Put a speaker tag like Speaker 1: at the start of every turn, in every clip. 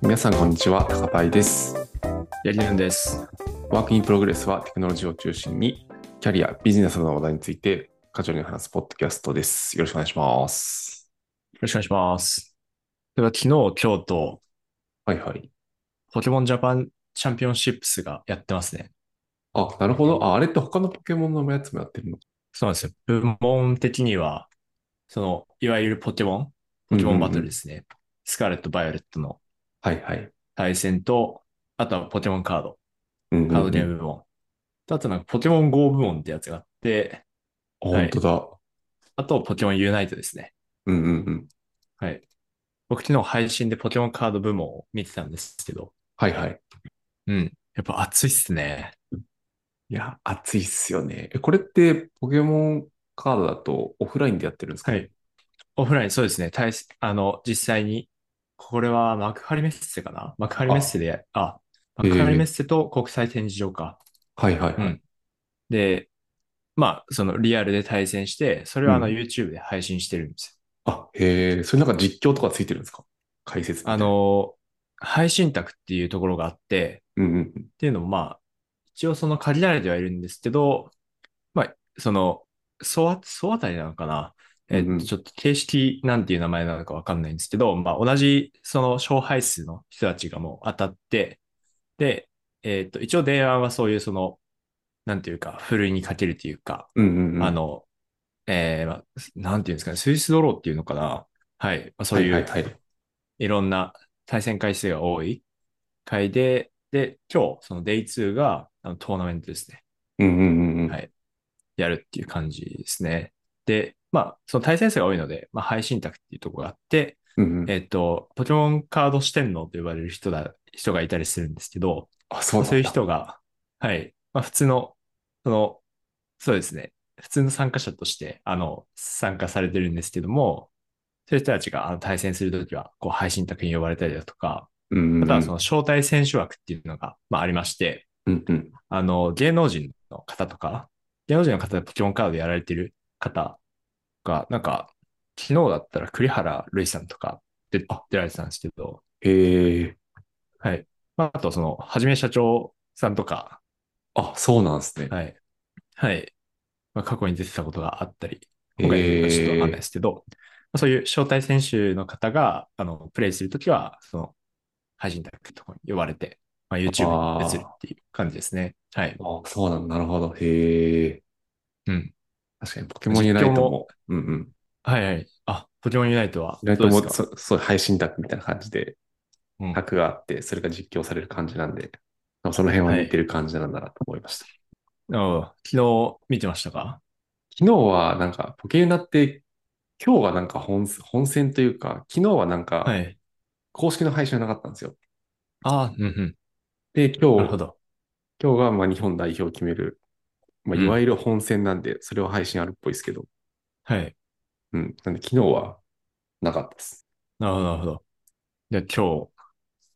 Speaker 1: 皆さんこんにちは、高パイです。
Speaker 2: やりるんです。
Speaker 1: ワークインプログレスはテクノロジーを中心に、キャリア、ビジネスなどの話題について、カジュアルに話すポッドキャストです。よろしくお願いします。
Speaker 2: よろしくお願いします。では、昨日、今日と、
Speaker 1: はいはい。
Speaker 2: ポケモンジャパンチャンピオンシップスがやってますね。
Speaker 1: あ、なるほど。あ、あれって他のポケモンのやつもやってるの
Speaker 2: そうなんですよ。部門的には、その、いわゆるポケモン、ポケモンバトルですね。スカーレット・バイオレットの
Speaker 1: はいはい。
Speaker 2: 対戦と、あとはポケモンカード、
Speaker 1: うんうんうん
Speaker 2: カードゲーム部門。とあとなんかポケモン GO 部門ってやつがあって、
Speaker 1: あ
Speaker 2: はい
Speaker 1: 本当だ。
Speaker 2: あとポケモンユナイトですね。
Speaker 1: うんうんうん。
Speaker 2: はい。僕昨日配信でポケモンカード部門を見てたんですけど、
Speaker 1: はいはい。
Speaker 2: うん。やっぱ熱いっすね。
Speaker 1: いや、熱いっすよね。えこれってポケモンカードだとオフラインでやってるんですか
Speaker 2: はい。オフライン、そうですね。対す、あの、実際に、これは幕張メッセかな幕張メッセで、あ、
Speaker 1: へえ
Speaker 2: 幕張メッセと国際展示場か。
Speaker 1: はいはいはい。
Speaker 2: うんで、まあ、そのリアルで対戦して、それはあの
Speaker 1: うん
Speaker 2: YouTube で配信してるんです
Speaker 1: あ、へえ、それなんか実況とかついてるんですか解説み
Speaker 2: よ。
Speaker 1: た
Speaker 2: あ
Speaker 1: いな、
Speaker 2: の、配信卓っていうところがあって、
Speaker 1: うんうんうん。
Speaker 2: っていうのもまあ、一応その限られてはいるんですけど、まあ、その、総あ、総当たりなのかなえっと
Speaker 1: うんうん
Speaker 2: ちょっと形式なんていう名前なのかわかんないんですけど、まあ、同じその勝敗数の人たちがもう当たって、で、えっと、一応電話はそういうその、なんていうか、ふるいにかけるというか、
Speaker 1: うんうんうん。
Speaker 2: あの、えーまあ、なんていうんですかね、スイスドローっていうのかなはい、まあ、そういう、
Speaker 1: はいはいはい
Speaker 2: いろんな対戦回数が多い回で、で、今日、その Day2 があのトーナメントですね、
Speaker 1: うんうんうんうん。
Speaker 2: はいやるっていう感じですね。で、まあ、その対戦数が多いので、まあ、配信卓っていうところがあって、
Speaker 1: うんうん
Speaker 2: えっと、ポケモンカード四天王と呼ばれる人だ、人がいたりするんですけど、
Speaker 1: あ、そうなんだ
Speaker 2: そういう人が、はい、まあ、普通の、その、そうですね、普通の参加者として、あの、参加されてるんですけども、そういう人たちがあの対戦するときは、こう、配信卓に呼ばれたりだとか、
Speaker 1: うんうん。
Speaker 2: またはその招待選手枠っていうのが、まあ、ありまして、
Speaker 1: うんうん。
Speaker 2: あの、芸能人の方とか、芸能人の方でポケモンカードやられてる方が、なんか、昨日だったら栗原るいさんとか出出られてたんですけど、
Speaker 1: へえ。
Speaker 2: はい。まあ、あとその、はじめ社長さんとか、
Speaker 1: あ、そうなんですね。
Speaker 2: はい。はい。まあ、過去に出てたことがあったり、今回出てるかちょっとわかんないですけど、まあそういう招待選手の方が、あの、プレイするときは、その、配信卓とかに呼ばれて、まあ、YouTube に出するっていう感じですね。はい。
Speaker 1: あ、そうなんだ。なるほど。へえ。
Speaker 2: うん。
Speaker 1: 確かに、ポケモンユナイト
Speaker 2: 実況
Speaker 1: も、うんうん。
Speaker 2: はいはい。あ、ポケモンユナイトは
Speaker 1: ユナイ
Speaker 2: ど
Speaker 1: ト
Speaker 2: うで
Speaker 1: も
Speaker 2: すか
Speaker 1: そ、そう、配信卓みたいな感じで、
Speaker 2: うん
Speaker 1: 卓があって、それが実況される感じなんで、その辺は似てる感じなんだなと思いました。
Speaker 2: うん昨日見てましたか
Speaker 1: 昨日は、なんか、ポケユナって、今日がなんか本、本戦というか、昨日はなん
Speaker 2: は
Speaker 1: か、
Speaker 2: い。
Speaker 1: 公式の配信はなかったんですよ。
Speaker 2: あうんうん。
Speaker 1: で、今
Speaker 2: なる
Speaker 1: 日
Speaker 2: ほ、ど。
Speaker 1: 今日がまあ日本代表を決める、まあ、
Speaker 2: うん
Speaker 1: いわゆる本戦なんで、それは配信あるっぽいですけど、
Speaker 2: はい。
Speaker 1: うん。なんで、昨日はなかったです。
Speaker 2: なるほど、なるほど。じゃあ今日、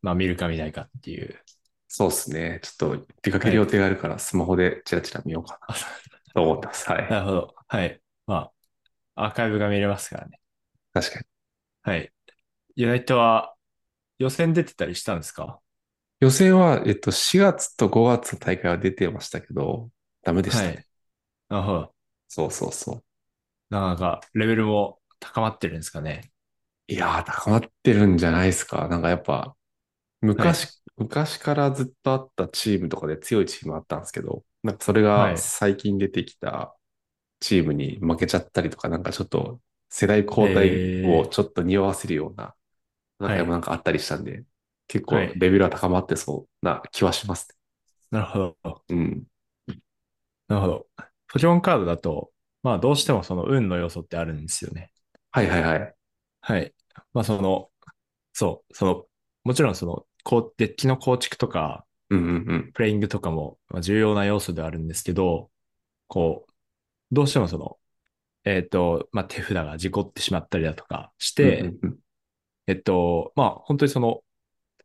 Speaker 2: まあ見るか見ないかっていう。
Speaker 1: そうですね。ちょっと出かける予定があるから、スマホでチラチラ見ようか
Speaker 2: あそ
Speaker 1: なと思ってます。は。
Speaker 2: うないるほど。はい。まあ、アーカイブが見れますからね。
Speaker 1: 確かに。
Speaker 2: はい。ユナイトは予選出てたりしたんですか
Speaker 1: 予選は、えっと、4月と5月の大会は出てましたけど、ダメでした
Speaker 2: は
Speaker 1: ね。
Speaker 2: い。なるほど。
Speaker 1: そうそうそう。
Speaker 2: なんか、レベルも高まってるんですかね。
Speaker 1: いやー、高まってるんじゃないですか。なんかやっぱ、昔、昔からずっとあったチームとかで強いチームあったんですけど、なんかそれ
Speaker 2: は
Speaker 1: が
Speaker 2: い
Speaker 1: 最近出てきたチームに負けちゃったりとか、なんかちょっと世代交代をちょっと匂わせるような戦いもなんかあったりしたんで、結構
Speaker 2: はい
Speaker 1: レベルは高まってそうな気はします
Speaker 2: なるほど。
Speaker 1: ね。うん。
Speaker 2: なるほど。ポケモンカードだと、まあどうしてもその運の要素ってあるんですよね。
Speaker 1: はいはいはい。
Speaker 2: はい。まあその、そう、その、もちろんその、こう、デッキの構築とか、
Speaker 1: うんうんうん。
Speaker 2: プレイングとかもまあ重要な要素ではあるんですけど、こう、どうしてもその、えっ、と、まあ手札が事故ってしまったりだとかして、
Speaker 1: うんうんうん
Speaker 2: えっと、まあ本当にその、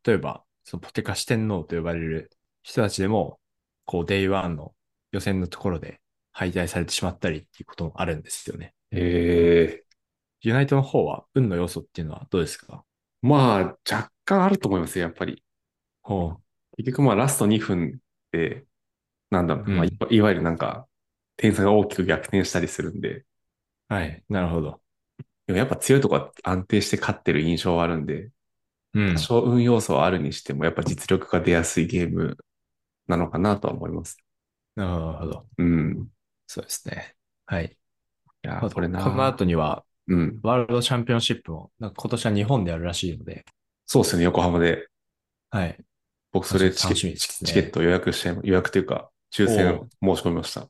Speaker 2: 例えば、そのポテカ四天王と呼ばれる人たちでも、こう、デイワンの予選のところで敗退されてしまったりっていうこともあるんですよね。
Speaker 1: えー、
Speaker 2: ユナイトの方は、運の要素っていうのはどうですか
Speaker 1: まあ、若干あると思いますよ、やっぱり。
Speaker 2: ほ
Speaker 1: 結局まあ、ラスト2分で、なんだろう、
Speaker 2: うん
Speaker 1: まあ、いわいわゆるなんか、点差が大きく逆転したりするんで、
Speaker 2: う。はい。なるほど。
Speaker 1: でもやっぱ強いとこは安定して勝ってる印象はあるんで、
Speaker 2: うん
Speaker 1: 多。少運要素はあるにしても、やっぱ実力が出やすいゲームなのかなとは思います。
Speaker 2: なるほど。
Speaker 1: うん。
Speaker 2: そうですね。はい。
Speaker 1: いや
Speaker 2: まあ
Speaker 1: ー、これな。
Speaker 2: この後には、
Speaker 1: うん。
Speaker 2: ワールドチャンピオンシップも、なんか今年は日本でやるらしいので、
Speaker 1: そうですよね、横浜で。
Speaker 2: はい。
Speaker 1: 僕、それ
Speaker 2: 楽
Speaker 1: チケ、
Speaker 2: しみですね
Speaker 1: チケット予約して、予約というか、抽選
Speaker 2: お
Speaker 1: を申し込みました。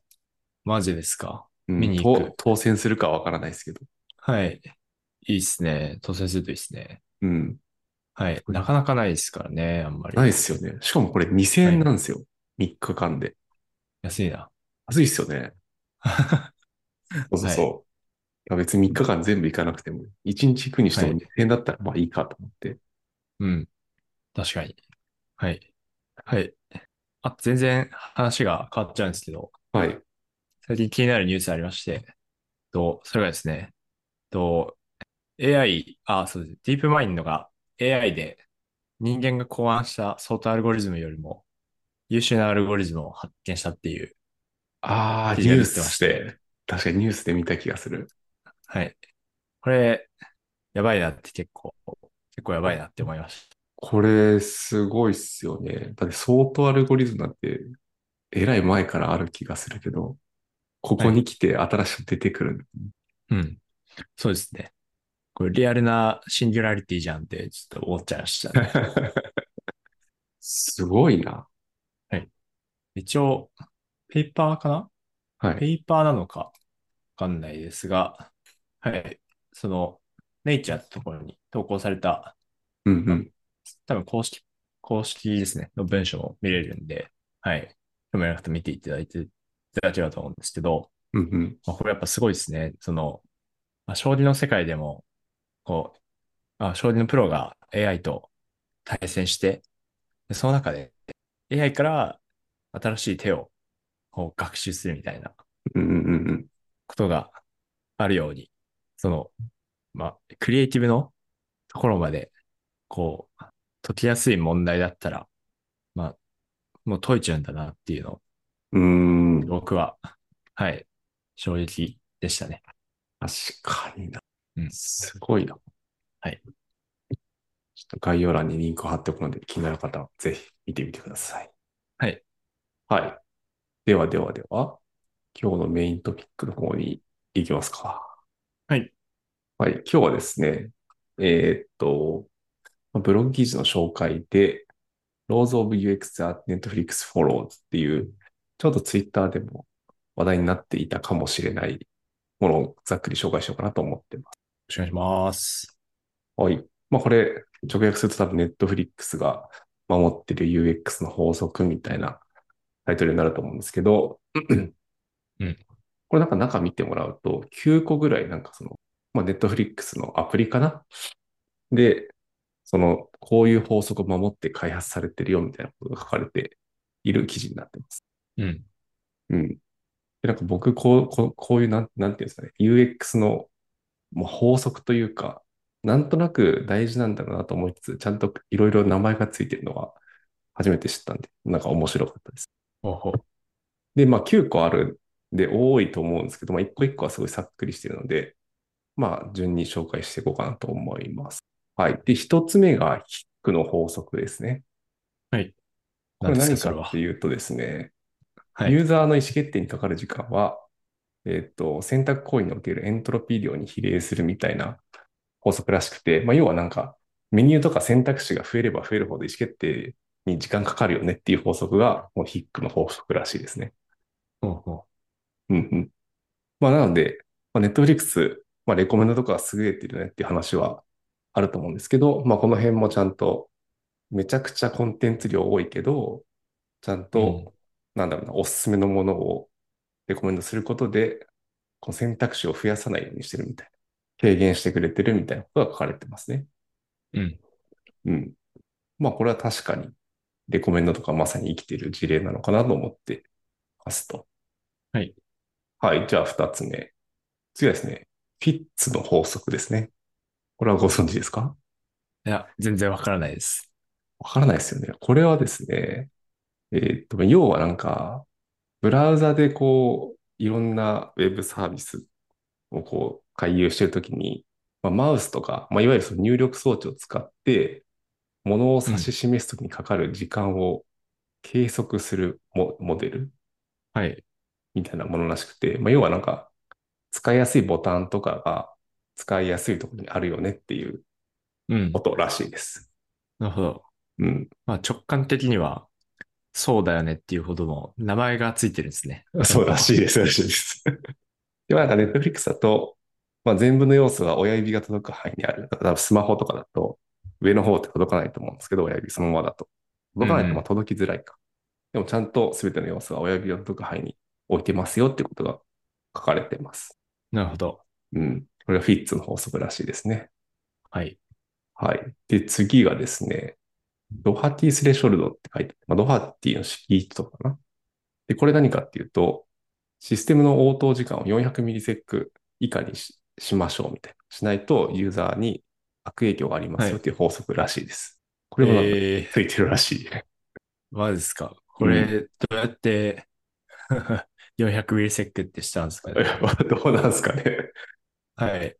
Speaker 2: マジですか。
Speaker 1: うん
Speaker 2: 見に行く
Speaker 1: と当選するかはわからないですけど。
Speaker 2: はい。いいっすね。当選するといいっすね。
Speaker 1: うん。
Speaker 2: はい。なかなかないですからね、あんまり。
Speaker 1: ないですよね。しかもこれ2000円なんですよ。3日間で。
Speaker 2: 安いな。
Speaker 1: 安いっすよね。そうそうそう。いや別に3日間全部行かなくても、1日行くにしても
Speaker 2: はい
Speaker 1: 2000円だったらまあいいかと思って。
Speaker 2: うん。確かに。はい。はい。あ、全然話が変わっちゃうんですけど、
Speaker 1: はい。
Speaker 2: 最近気になるニュースありまして、と、それがですね、と、AI、あ、そうです。ディープマインドが AI で人間が考案した相当アルゴリズムよりも優秀なアルゴリズムを発見したっていう、
Speaker 1: あー、
Speaker 2: 記
Speaker 1: ニ
Speaker 2: 事
Speaker 1: ュー
Speaker 2: が出てま
Speaker 1: スし
Speaker 2: した
Speaker 1: て、確かにニュースで見た気がする。
Speaker 2: はい。これ、やばいなって結構、結構やばいなって思いまし
Speaker 1: これ、すごいっすよね。だって相当アルゴリズムなんて、えらい前からある気がするけど、ここに来て新しく出てく る。
Speaker 2: た。うん。そうですね。これリアルなシンギュラリティじゃんってちょっと思っちゃいましたね。
Speaker 1: すごいな。
Speaker 2: 一応、ペーパーかな
Speaker 1: はい。
Speaker 2: ペーパーなのかわかんないですが、はい。その、ネイチャーってところに投稿された、
Speaker 1: うんうん。
Speaker 2: 多分公式、公式ですね、の文章も見れるんで、はい。興味ある方見ていただいて、いただければと思うんですけど、
Speaker 1: うんうん。
Speaker 2: まあ、これやっぱすごいですね。その、まあ、将棋の世界でも、こう、あ、将棋のプロが AI と対戦して、でその中で AI から新しい手をこう学習するみたいな
Speaker 1: うんうんうんうん。
Speaker 2: ことがあるように、その、まあ、クリエイティブのところまで、こう、解きやすい問題だったら、まあ、もう解いちゃうんだなっていうのを、
Speaker 1: うーん。
Speaker 2: 僕は、はい、衝撃でしたね。
Speaker 1: 確かにな
Speaker 2: う。ん
Speaker 1: すごいな。
Speaker 2: はい。
Speaker 1: ちょっと概要欄にリンクを貼っておくので、気になる方はぜひ見てみてください。
Speaker 2: はい。
Speaker 1: はい。ではではでは、今日のメイントピックの方に行きますか。
Speaker 2: はい。
Speaker 1: はい。今日はですね、えーっと、ブログ記事の紹介で、Rose of UX at Netflix Follow っていう、ちょっとツイッターでも話題になっていたかもしれないものをざっくり紹介しようかなと思ってます。
Speaker 2: よろしくお願いします。
Speaker 1: はい。まあこれ、直訳すると多分 Netflix が守ってる UX の法則みたいなタイトルになると思うんですけど、
Speaker 2: うん
Speaker 1: これなんか中見てもらうと、9個ぐらいなんかその、まあ Netflix のアプリかなで、その、こういう法則を守って開発されてるよみたいなことが書かれている記事になってます。
Speaker 2: うん。
Speaker 1: うん。でなんか僕、こう、こうこういうなん、なんていうんですかね、UX の、まあ、法則というか、なんとなく大事なんだろうなと思いつつ、ちゃんといろいろ名前がついてるのは初めて知ったんで、なんか面白かったです。
Speaker 2: ほうほう。
Speaker 1: で、まあ9個あるんで多いと思うんですけど、まあ1個1個はすごいさっくりしてるので、まあ順に紹介していこうかなと思います。はい。で、1つ目がヒックの法則ですね。
Speaker 2: はい。
Speaker 1: これ
Speaker 2: 何で
Speaker 1: 何
Speaker 2: すか
Speaker 1: かっていうとですね、
Speaker 2: はい
Speaker 1: ユーザーの意思決定にかかる時間は、えっと、選択行為におけるエントロピー量に比例するみたいな法則らしくて、まあ、要はなんか、メニューとか選択肢が増えれば増えるほど意思決定に時間かかるよねっていう法則が、もうヒックの法則らしいですね。
Speaker 2: ほうほ
Speaker 1: うんうん。まあ、なので、まあ、ネットフリックス、まあ、レコメンドとかが優れてるよねっていう話はあると思うんですけど、まあ、この辺もちゃんと、めちゃくちゃコンテンツ量多いけど、ちゃんと、なんだろうな、おすすめのものをレコメンドすることで、この選択肢を増やさないようにしてるみたいな、軽減してくれてるみたいなことが書かれてますね。
Speaker 2: う。うん。
Speaker 1: うん。まあ、これは確かに、レコメンドとかまさに生きてる事例なのかなと思ってますと。
Speaker 2: はい。
Speaker 1: はい。じゃあ、二つ目。次はですね、フィッツの法則ですね。これはご存知ですか
Speaker 2: いや、全然わからないです。
Speaker 1: わからないですよね。これはですね、えーっと、要はなんか、ブラウザでこう、いろんなウェブサービスをこう、回遊してるときに、まあ、マウスとか、まあ、いわゆるその入力装置を使って、ものを指し示すときにかかる時間を計測するモモデル
Speaker 2: はい。
Speaker 1: みたいなものらしくて、まあ、要はなんか、使いやすいボタンとかが使いやすいところにあるよねっていう
Speaker 2: うん
Speaker 1: こ。とらしいです。
Speaker 2: なるほど。
Speaker 1: うん。
Speaker 2: まあ直感的には、そうだよねっていうほどの名前がついてるんですね。
Speaker 1: そうらしいです、らしいです。 でもなんかネットフリックスだと、まあ、全部の要素が親指が届く範囲にある。だからスマホとかだと、上の方って届かないと思うんですけど、親指そのままだと。届かないとまあ届きづらいか。でもちゃんと全ての要素が親指が届く範囲に置いてますよってことが書かれてます。
Speaker 2: なるほど。
Speaker 1: うん。これがフィッツの法則らしいですね。
Speaker 2: はい。
Speaker 1: はい。で、次がですね、ドハティ・スレショルドって書いてある、まあ、ドハティの式一とかな。で、これ何かっていうと、システムの応答時間を400ミリセック以下にししましょうみたいな。しないとユーザーに悪影響があります
Speaker 2: は
Speaker 1: よ
Speaker 2: い
Speaker 1: っていう法則らしいです。こ
Speaker 2: え
Speaker 1: れもなんか
Speaker 2: え
Speaker 1: ついてるらしい。
Speaker 2: ー、マジですか。これ、どうやって、400ミリセックってしたんですかね。
Speaker 1: どうなんですかね。
Speaker 2: はい。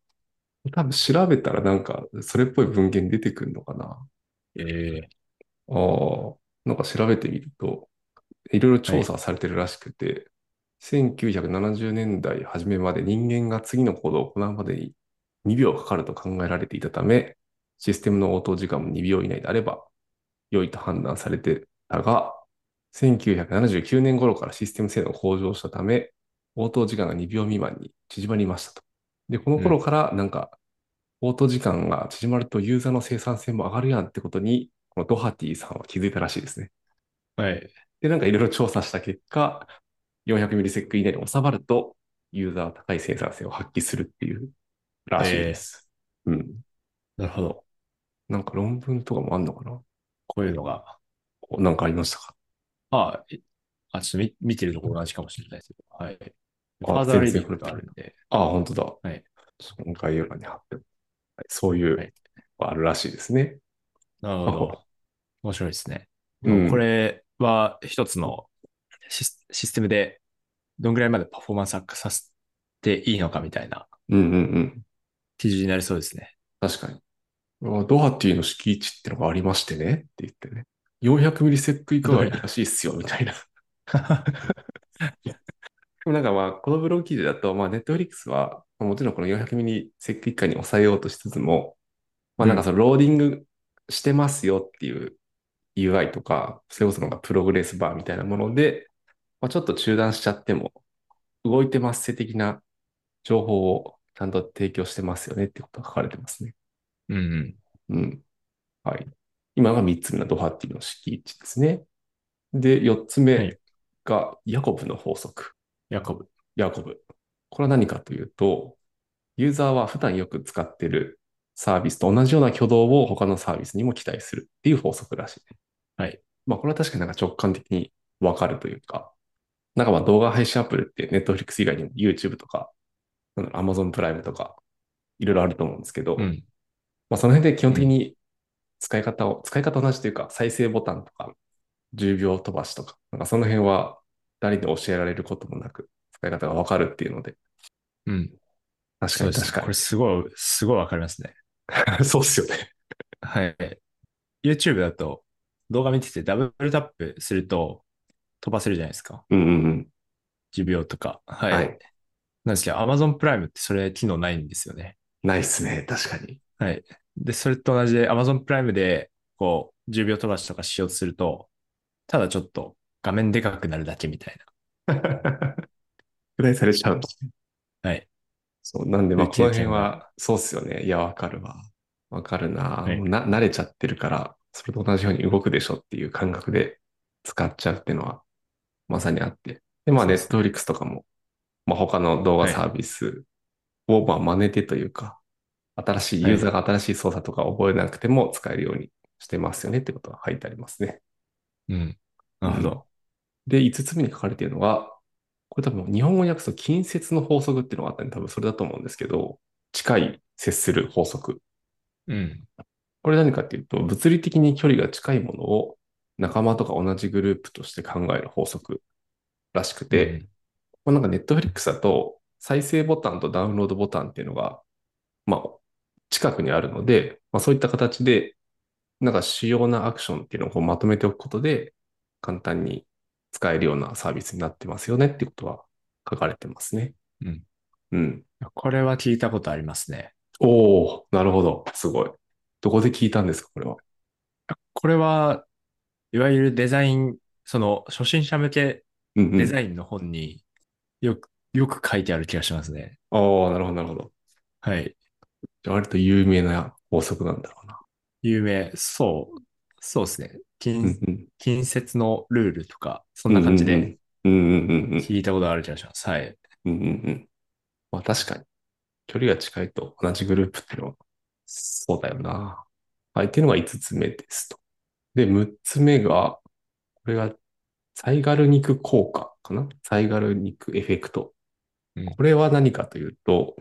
Speaker 1: 多分調べたらなんか、それっぽい文献出てくるのかな。
Speaker 2: ええ
Speaker 1: ああ、なんか調べてみると、いろいろ調査されてるらしくて、1970年代初めまで人間が次の行動を行うまでに2秒かかると考えられていたため、システムの応答時間も2秒以内であれば良いと判断されてたが、1979年頃からシステム性能が向上したため、応答時間が2秒未満に縮まりましたと。で、この頃からなんか、応答時間が縮まるとユーザーの生産性も上がるやんってことに、このドハティさんは気づいたらしいですね。
Speaker 2: はい。
Speaker 1: で、なんかいろいろ調査した結果、400ミリセック以内に収まると、ユーザーは高い生産性を発揮するっていうらしいです。うん。
Speaker 2: なるほど。
Speaker 1: なんか論文とかもあんのかな
Speaker 2: こういうのが。
Speaker 1: おなんかありましたか
Speaker 2: あ、えあ、ちょっとみ見てるところ同じかもしれないですけど。はい。
Speaker 1: あ
Speaker 2: ファーザーレ
Speaker 1: 全
Speaker 2: デ
Speaker 1: 然
Speaker 2: ィングがあるんで。
Speaker 1: ああ、本当だ。
Speaker 2: はい。
Speaker 1: ちょっとこの概要欄に貼ってもはいそういう、
Speaker 2: はい
Speaker 1: あるらしいですね。
Speaker 2: なるほど。面白いですね。
Speaker 1: うん
Speaker 2: これは一つのシスシステムでどんぐらいまでパフォーマンス悪化させていいのかみたいな
Speaker 1: うんうんうん。
Speaker 2: 基準になりそうですね。
Speaker 1: 確かに。あドハティの敷地ってのがありましてねって言ってね。400ミリセック以下がいいらしいっすよ、みたいな。 でもなんかまあ、このブログ記事だと、まあ、ネットフリックスは、まあもちろんこの400ミリセック以下に抑えようとしつつも、まあなんかそのローディングしてますよっていう UI とか、それこそなんかプログレスバーみたいなもので、まあ、ちょっと中断しちゃっても、動いてますせ的な情報をちゃんと提供してますよねってことが書かれてますね。
Speaker 2: うんうん。
Speaker 1: うん。はい。今が3つ目のドハッティの式1ですね。で、4つ目がヤコブの法則。
Speaker 2: ヤコブ。
Speaker 1: ヤコブ。これは何かというと、ユーザーは普段よく使っているサービスと同じような挙動を他のサービスにも期待するっていう法則らしいね。
Speaker 2: はい。
Speaker 1: まあこれは確かになんか直感的にわかるというか、なんかまあ動画配信アプリって Netflix 以外にも YouTube とか、なんだろう Amazon プライムとか、いろいろあると思うんですけど、
Speaker 2: うん。
Speaker 1: まあ、その辺で基本的に使い方を、使い方同じというか、再生ボタンとか、10秒飛ばしとか、なんかその辺は誰に教えられることもなく、使い方がわかるっていうので、
Speaker 2: うん。
Speaker 1: 確か
Speaker 2: そう
Speaker 1: に
Speaker 2: ですね。
Speaker 1: 確か
Speaker 2: これすごい、すごいわかりますね。
Speaker 1: に。そうっすよね。
Speaker 2: はい。YouTube だと動画見ててダブルタップすると飛ばせるじゃないですか。
Speaker 1: うんうんうん。
Speaker 2: 持病とか。はい。
Speaker 1: はい
Speaker 2: なんですけど、Amazon プライムってそれ機能ないんですよね。
Speaker 1: ないっすね。確かに。
Speaker 2: はい。で、それと同じで Amazon プライムで、こう、10秒飛ばしとかしようとすると、ただちょっと画面でかくなるだけみたい
Speaker 1: 拡大されちゃうの。
Speaker 2: な。はい。
Speaker 1: そう。なんで、まあ、
Speaker 2: で
Speaker 1: この辺
Speaker 2: 経験
Speaker 1: は、そうっすよね。いや、わかるわ。わかるな,、
Speaker 2: はい
Speaker 1: もうな。慣れちゃってるから、それと同じように動くでしょっていう感覚で使っちゃうっていうのは、まさにあって。で、まあ、
Speaker 2: そう
Speaker 1: ネ
Speaker 2: で
Speaker 1: ットリックスとかも、まあ、他の動画サービスを、まあ、真似てというか、新しい、ユーザーが新しい操作とか覚えなくても使えるようにしてますよねってことが書いてありますね。
Speaker 2: うん。なるほど。
Speaker 1: で、5つ目に書かれているのが、これ多分日本語に訳すと近接の法則っていうのがあったんで、多分それだと思うんですけど、近い接する法則。
Speaker 2: うん。
Speaker 1: これ何かっていうと、物理的に距離が近いものを仲間とか同じグループとして考える法則らしくて、まあ、なんかネットフリックスだと再生ボタンとダウンロードボタンっていうのが、まあ、近くにあるので、まあ、そういった形で、なんか主要なアクションっていうのをこうまとめておくことで、簡単に使えるようなサービスになってますよねっていうことは書かれてますね。
Speaker 2: うん。
Speaker 1: うん。
Speaker 2: これは聞いたことありますね。
Speaker 1: おおなるほど。すごい。どこで聞いたんですか、これは。
Speaker 2: これは、いわゆるデザイン、その初心者向け
Speaker 1: うん、う
Speaker 2: デ
Speaker 1: ん。
Speaker 2: ザインの本によく、よく書いてある気がしますね。
Speaker 1: おおなるほど、なるほど。
Speaker 2: はい。
Speaker 1: じゃあ割と有名な法則なんだろうな。
Speaker 2: 有名。そう。そうですね。
Speaker 1: うん
Speaker 2: 近、
Speaker 1: うん。
Speaker 2: 近接のルールとか、そんな感じで
Speaker 1: うんうんうんうん。
Speaker 2: 聞いたことある気がします。はい。
Speaker 1: うんうんうん。まあ確かに。距離が近いと同じグループっていうのは、そうだよな。はい、っていうのが5つ目ですと。で、6つ目が、これが、サイガルニク効果かなサイガルニクエフェクト
Speaker 2: うん。
Speaker 1: これは何かというと、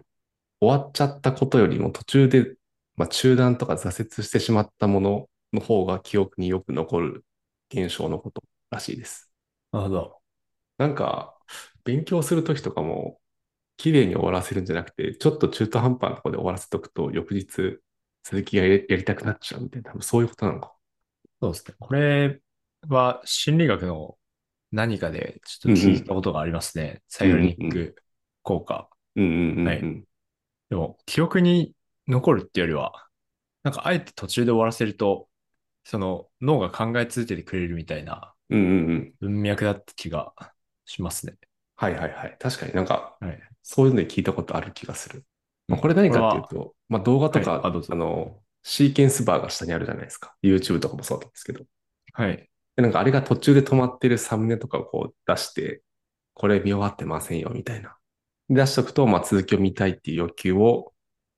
Speaker 1: 終わっちゃったことよりも途中で、まあ、中断とか挫折してしまったものの方が記憶によく残る現象のことらしいです。
Speaker 2: なるほど。
Speaker 1: なんか、勉強するときとかも、綺麗に終わらせるんじゃなくて、ちょっと中途半端なところで終わらせとくと、翌日、続きがやりやりたくなっちゃうみたいな、多分そういうことなのか。
Speaker 2: そうですね。これは心理学の何かでちょっと聞いたことがありますね。サイオニック効果。
Speaker 1: うんうんうんうん。
Speaker 2: はいでも、記憶に残るってよりは、なんかあえて途中で終わらせると、その脳が考え続けてくれるみたいな
Speaker 1: うんうんうん。
Speaker 2: 文脈だった気がしますね。
Speaker 1: はいはいはい。確かになんか、
Speaker 2: はい。
Speaker 1: そういうので聞いたことある気がする。まあ
Speaker 2: うん
Speaker 1: これ何か
Speaker 2: こ
Speaker 1: っていうと、まあ、動画とか、
Speaker 2: はいあどうぞ
Speaker 1: の、シーケンスバーが下にあるじゃないですか。YouTube とかもそうなんですけど。
Speaker 2: はい。
Speaker 1: で、なんかあれが途中で止まってるサムネとかをこう出して、これ見終わってませんよ、みたいな。出しとくと、まあ続きを見たいっていう欲求を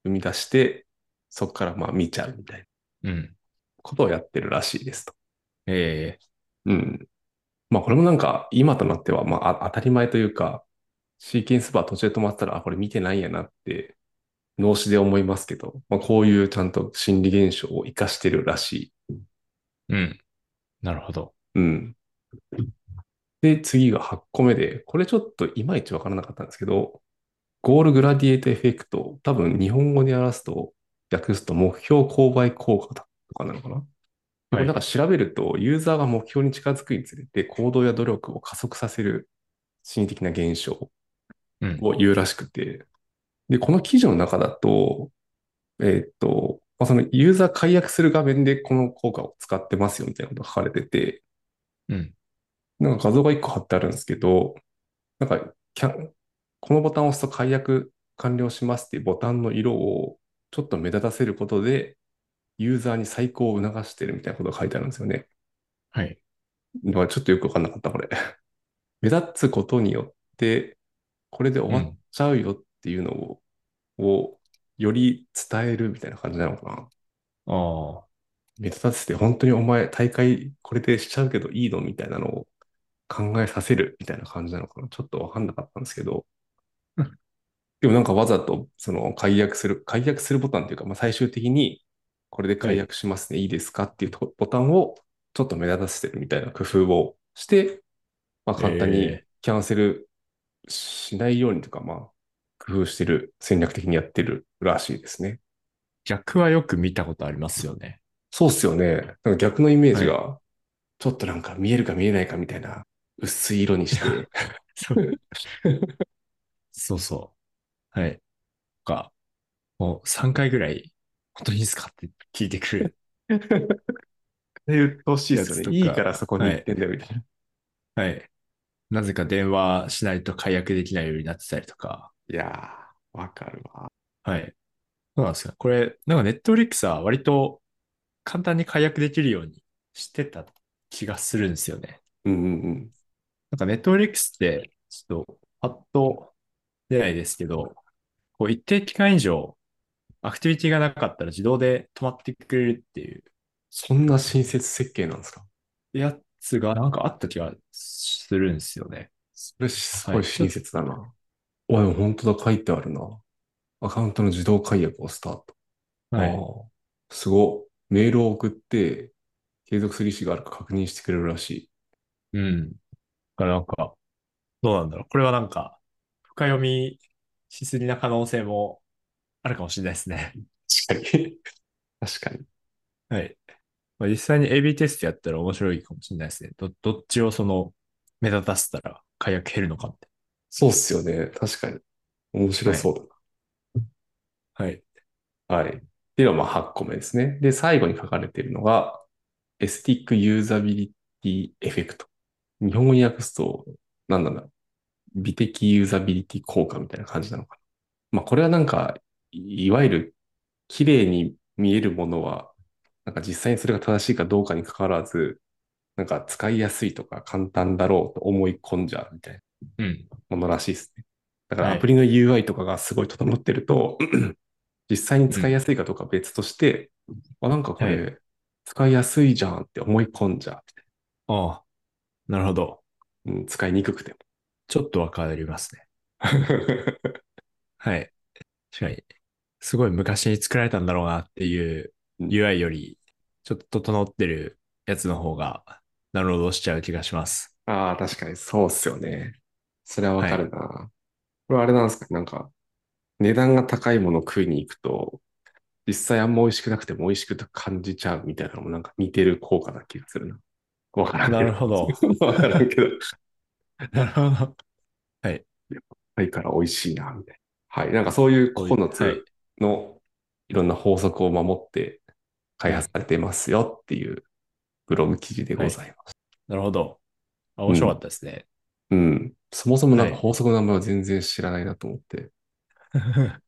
Speaker 1: 生み出して、そこからまあ見ちゃうみたいな
Speaker 2: うん。
Speaker 1: ことをやってるらしいですと。
Speaker 2: ええ
Speaker 1: うん。まあこれもなんか今となっては、まああ当たり前というか、シーケンスバー途中で止まってたら、あ、これ見てないんやなって、脳死で思いますけど、まあこういうちゃんと心理現象を活かしてるらしい
Speaker 2: うん。なるほど。
Speaker 1: うん。で、次が8個目で、これちょっといまいちわからなかったんですけど、ゴールグラディエイトエフェクト、多分日本語に表すと、訳すと目標購買効果だとかなのかな、これなんか調べると、ユーザーが目標に近づくにつれて行動や努力を加速させる心理的な現象
Speaker 2: うん。
Speaker 1: を言うらしくて、で、この記事の中だと、えーっと、まあ、そのユーザー解約する画面でこの効果を使ってますよみたいなことが書かれてて、
Speaker 2: うん。
Speaker 1: なんか画像が1個貼ってあるんですけど、なんかキャン、このボタンを押すと解約完了しますっていうボタンの色をちょっと目立たせることで、ユーザーに再考を促してるみたいなことが書いてあるんですよね。
Speaker 2: はい。
Speaker 1: だからちょっとよくわかんなかった、これ。 目立つことによって、これで終わっちゃうよっていうのを、をより伝えるみたいな感じなのかな。
Speaker 2: ああ。
Speaker 1: 目立たせて、本当にお前、大会これでしちゃうけどいいのみたいなのを考えさせるみたいな感じなのかな。ちょっとわかんなかったんですけど
Speaker 2: うん。
Speaker 1: でもなんかわざと、その解約する、解約するボタンというか、まあ、最終的に、これで解約しますね、いいですかっていうとこボタンをちょっと目立たせてるみたいな工夫をして、まあ、簡単
Speaker 2: え
Speaker 1: に
Speaker 2: え
Speaker 1: キャンセルしないようにとか、まあ、工夫してる、戦略的にやってるらしいですね。
Speaker 2: 逆はよく見たことありますよね。
Speaker 1: そうっすよね。なんか逆のイメージが、ちょっとなんか見えるか見えないかみたいな薄い色にして。
Speaker 2: そう そうそう。はい。か、もう3回ぐらい、本当にいいですかって聞いてくる。
Speaker 1: で、鬱陶しい
Speaker 2: い
Speaker 1: で
Speaker 2: や
Speaker 1: す
Speaker 2: つ
Speaker 1: よ
Speaker 2: とか
Speaker 1: ね。いいからそこに行ってんだよみたいな。
Speaker 2: はい。なぜか電話しないと解約できないようになってたりとか。
Speaker 1: い、やー、わかるわ。
Speaker 2: はい。そうなんですか。これ、なんかネットフリックスは割と簡単に解約できるようにしてた気がするんですよね。
Speaker 1: うんうん
Speaker 2: なんかネットフリックスって、ちょっと、パッと出ないですけど、こう一定期間以上、アクティビティがなかったら自動で止まってくれるっていう
Speaker 1: そんな親切設計なんですか
Speaker 2: やつがなんかあった気がするんですよね。
Speaker 1: それすごい親切だな。おい、本当だ、書いてあるな。アカウントの自動解約をスタート。
Speaker 2: は
Speaker 1: あ
Speaker 2: い。
Speaker 1: ーすご。メールを送って、継続する意思があるか確認してくれるらしい。
Speaker 2: うん。だからなんか、どうなんだろう。これはなんか、深読みしすぎな可能性もあるかもしれないですね。
Speaker 1: 確かに。 確かに。
Speaker 2: はい。まあ、実際に AB テストやったら面白いかもしれないですね。ど、どっちをその、目立たせたら解約減るのかって。
Speaker 1: そうっすよね。確かに。面白そうだ
Speaker 2: はい。
Speaker 1: な。はい。っていうのはまあ8個目ですね。で、最後に書かれているのが、エスティックユーザビリティエフェクト。日本語に訳すと、なんなんだろう。美的ユーザビリティ効果みたいな感じなのかな。まあ、これはなんか、いいわゆる、綺麗に見えるものは、なんか実際にそれが正しいかどうかにかかわらず、なんか使いやすいとか簡単だろうと思い込んじゃうみたいな。
Speaker 2: うん。
Speaker 1: ものらしいですね。だから
Speaker 2: はい
Speaker 1: アプリの UI とかがすごい整ってると、 実際に使いやすいかどうかは別として、あ、なんかこ
Speaker 2: は
Speaker 1: れ使いやすいじゃんって思い込んじゃ
Speaker 2: ああ、なるほど。
Speaker 1: う。うん、使いにくくても。
Speaker 2: ちょっとわかりますね。はい。確かに。すごい昔に作られたんだろうなっていう
Speaker 1: うん
Speaker 2: UI より、ちょっと整ってるやつの方が、ダウンロードしちゃう気がします。
Speaker 1: ああ、確かにそうっすよね。それはわかるな。これはあれなんですかなんか、値段が高いものを食いに行くと、実際あんま美味しくなくても美味しく感じちゃうみたいなのもなんか似てる効果な気がするな。わからんけど。
Speaker 2: なるほど。
Speaker 1: わからんけど。
Speaker 2: なるほど。
Speaker 1: ないから美味しいな、みたいな。はい。なんかそういう9
Speaker 2: はい
Speaker 1: つのいろんな法則を守って開発されていますよっていうブログ記事でございます。
Speaker 2: なるほど。あ、面白かったですね。
Speaker 1: うん。そもそもなんか
Speaker 2: はい
Speaker 1: 法則の名前は全然知らないなと思って。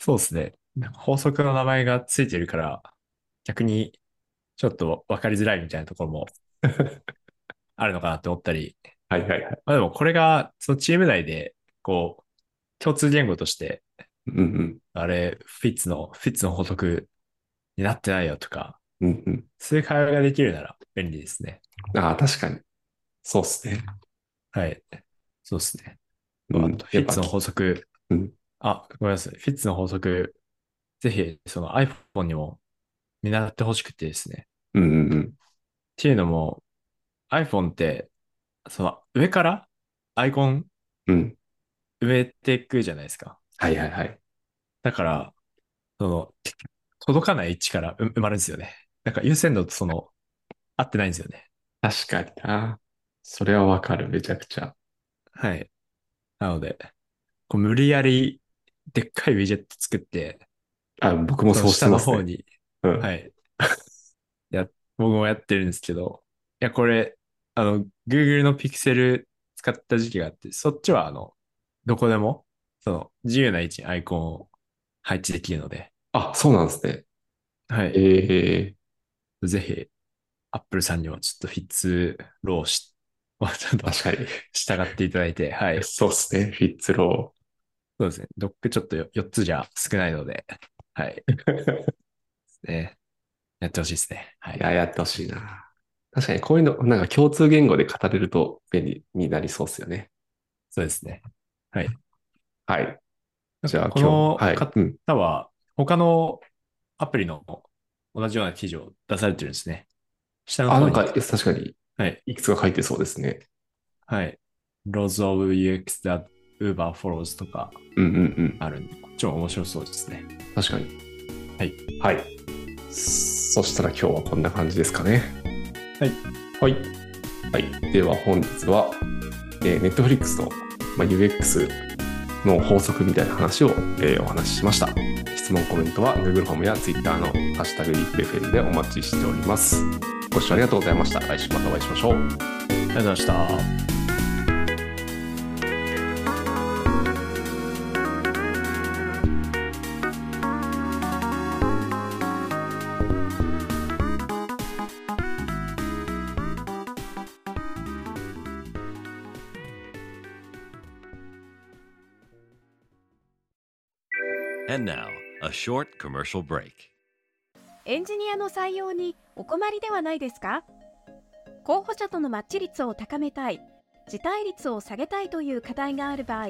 Speaker 2: そうですね。なんか法則の名前がついてるから、逆にちょっと分かりづらいみたいなところもあるのかなって思ったり、
Speaker 1: はいはいはい。
Speaker 2: まあでもこれがそのチーム内で、こう、共通言語として、
Speaker 1: うんうん。
Speaker 2: あれ、フィッツの、フィッツの法則になってないよとか、
Speaker 1: うん
Speaker 2: そういう会話ができるなら便利ですね。
Speaker 1: うん。ああ、確かに。そうっすね。
Speaker 2: はい。そうですね。
Speaker 1: うん
Speaker 2: あとフ
Speaker 1: や
Speaker 2: ィ
Speaker 1: っ
Speaker 2: ッ
Speaker 1: ぱ
Speaker 2: ツの法則、
Speaker 1: うん
Speaker 2: あ、ごめんなさい。フィッツの法則、ぜひその iPhone にも見習ってほしくてですね。
Speaker 1: うんうんうん。
Speaker 2: っていうのも、iPhone って、その上からアイコン
Speaker 1: うん。
Speaker 2: 埋めていくじゃないですか。
Speaker 1: はいはいはい。
Speaker 2: だから、その、届かない位置からう埋まるんですよね。なんか優先度とその、合ってないんですよね。
Speaker 1: 確かにな。それはわかる。めちゃくちゃ。
Speaker 2: はい。なので、こう無理やり、でっかいウィジェット作って、
Speaker 1: あ、僕も
Speaker 2: そ
Speaker 1: そう
Speaker 2: の
Speaker 1: して
Speaker 2: 下
Speaker 1: ま
Speaker 2: の
Speaker 1: す
Speaker 2: 方
Speaker 1: ね。
Speaker 2: に
Speaker 1: うん。
Speaker 2: はい。や、僕もやってるんですけど、いや、これ、あの、Google の Pixel 使った時期があって、そっちは、あの、どこでも、その、自由な位置にアイコンを配置できるので、
Speaker 1: あ、そうなんですね。
Speaker 2: はい。
Speaker 1: ええ
Speaker 2: ぜひ、Apple さんにもちょっとフィッツローし、 まあちょっと
Speaker 1: 確かに。
Speaker 2: 従っていただいて、はい。そ
Speaker 1: そうですね。フィッツロ
Speaker 2: うですね。ドックちょっと4つじゃ少ないので、はい。
Speaker 1: ー。
Speaker 2: ね、やってほしいですね。はいい。
Speaker 1: や、やってほしいな。確かにこういうの、なんか共通言語で語れると便利になりそうですよね。
Speaker 2: そうですね。
Speaker 1: はい。じゃあ
Speaker 2: こ
Speaker 1: 今日、
Speaker 2: の
Speaker 1: はい。
Speaker 2: か
Speaker 1: うん。
Speaker 2: 方は、他のアプリの同じような記事を出されてるんですね。下の
Speaker 1: あ、
Speaker 2: 方
Speaker 1: なん
Speaker 2: に。
Speaker 1: か確かに
Speaker 2: はい。
Speaker 1: いくつか書いてそうですね。
Speaker 2: はい。Loads of UX that Uber follows とか
Speaker 1: うんうんうん。
Speaker 2: あるんで、こっちも面白そうですね。
Speaker 1: 確かに。
Speaker 2: はい。
Speaker 1: はい。そしたら今日はこんな感じですかね。
Speaker 2: はい。
Speaker 1: はい。はい。では本日は、えー、Netflix の、まあ、UX の法則みたいな話を、えーお話ししました。質問、コメントは Google フォームや Twitter のハッシュタグ #IPFM でお待ちしております。ご視聴ありがとうございました。来週またお会いしましょう。
Speaker 2: ありがとうございました。
Speaker 3: And now, a short commercial break.
Speaker 4: エンジニアの採用にお困りではないですか候補者とのマッチ率を高めたい、辞退率を下げたいという課題がある場合、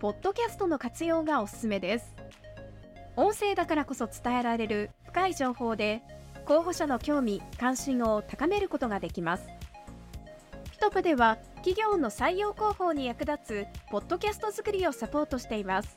Speaker 4: ポッドキャストの活用がおすすめです。音声だからこそ伝えられる深い情報で、候補者の興味・関心を高めることができます。ピトプでは企業の採用広報に役立つポッドキャスト作りをサポートしています。